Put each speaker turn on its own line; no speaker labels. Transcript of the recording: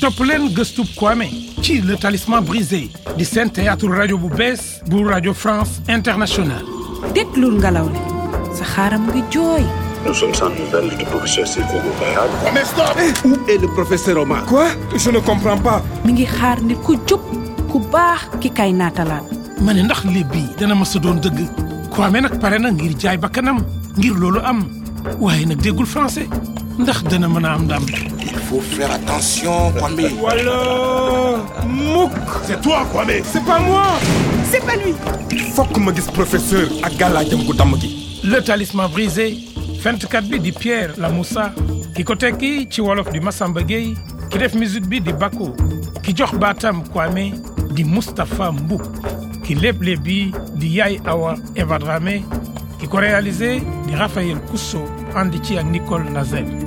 topp leen gëstub Kwame ci le talisman brisé di seen théâtre rajo bu bees bu rajo France Internationale.
déglul ngelaw li sa xaaram ngi jooy
Nous sommes sans nouvelles du professeur Sekou Moukayad.
Mais stop Où est le professeur Omar
Quoi Je ne comprends pas.
mi ngi xaar nit ku jub ku baax ki kay naatalaat
ma ne ndax léeb bi dana mës a doon dëgg Kwame nag pare na ngir jaay bakkanam ngir loolu am waaye nag déggul français ndax dana mën a am ndam.
Il faut faire attention, Kwame.
Voilà Mouk
C'est toi, Kwame
C'est pas moi
C'est pas lui
Faut que me dise professeur à Galadium Goudamagi.
le talisman brisé fentkat bi di Pierre Lamoussa ki ko tekki ci wolof di Massamba Gueye ki def musique bi di Bako ki jox baatam Kwame di Moustapha Mboup ki lépp lépp bi di Yaay Awa Eva Dramé ki ko réalisé di Raphaël Cousso ànd ci ak Nicole Nazel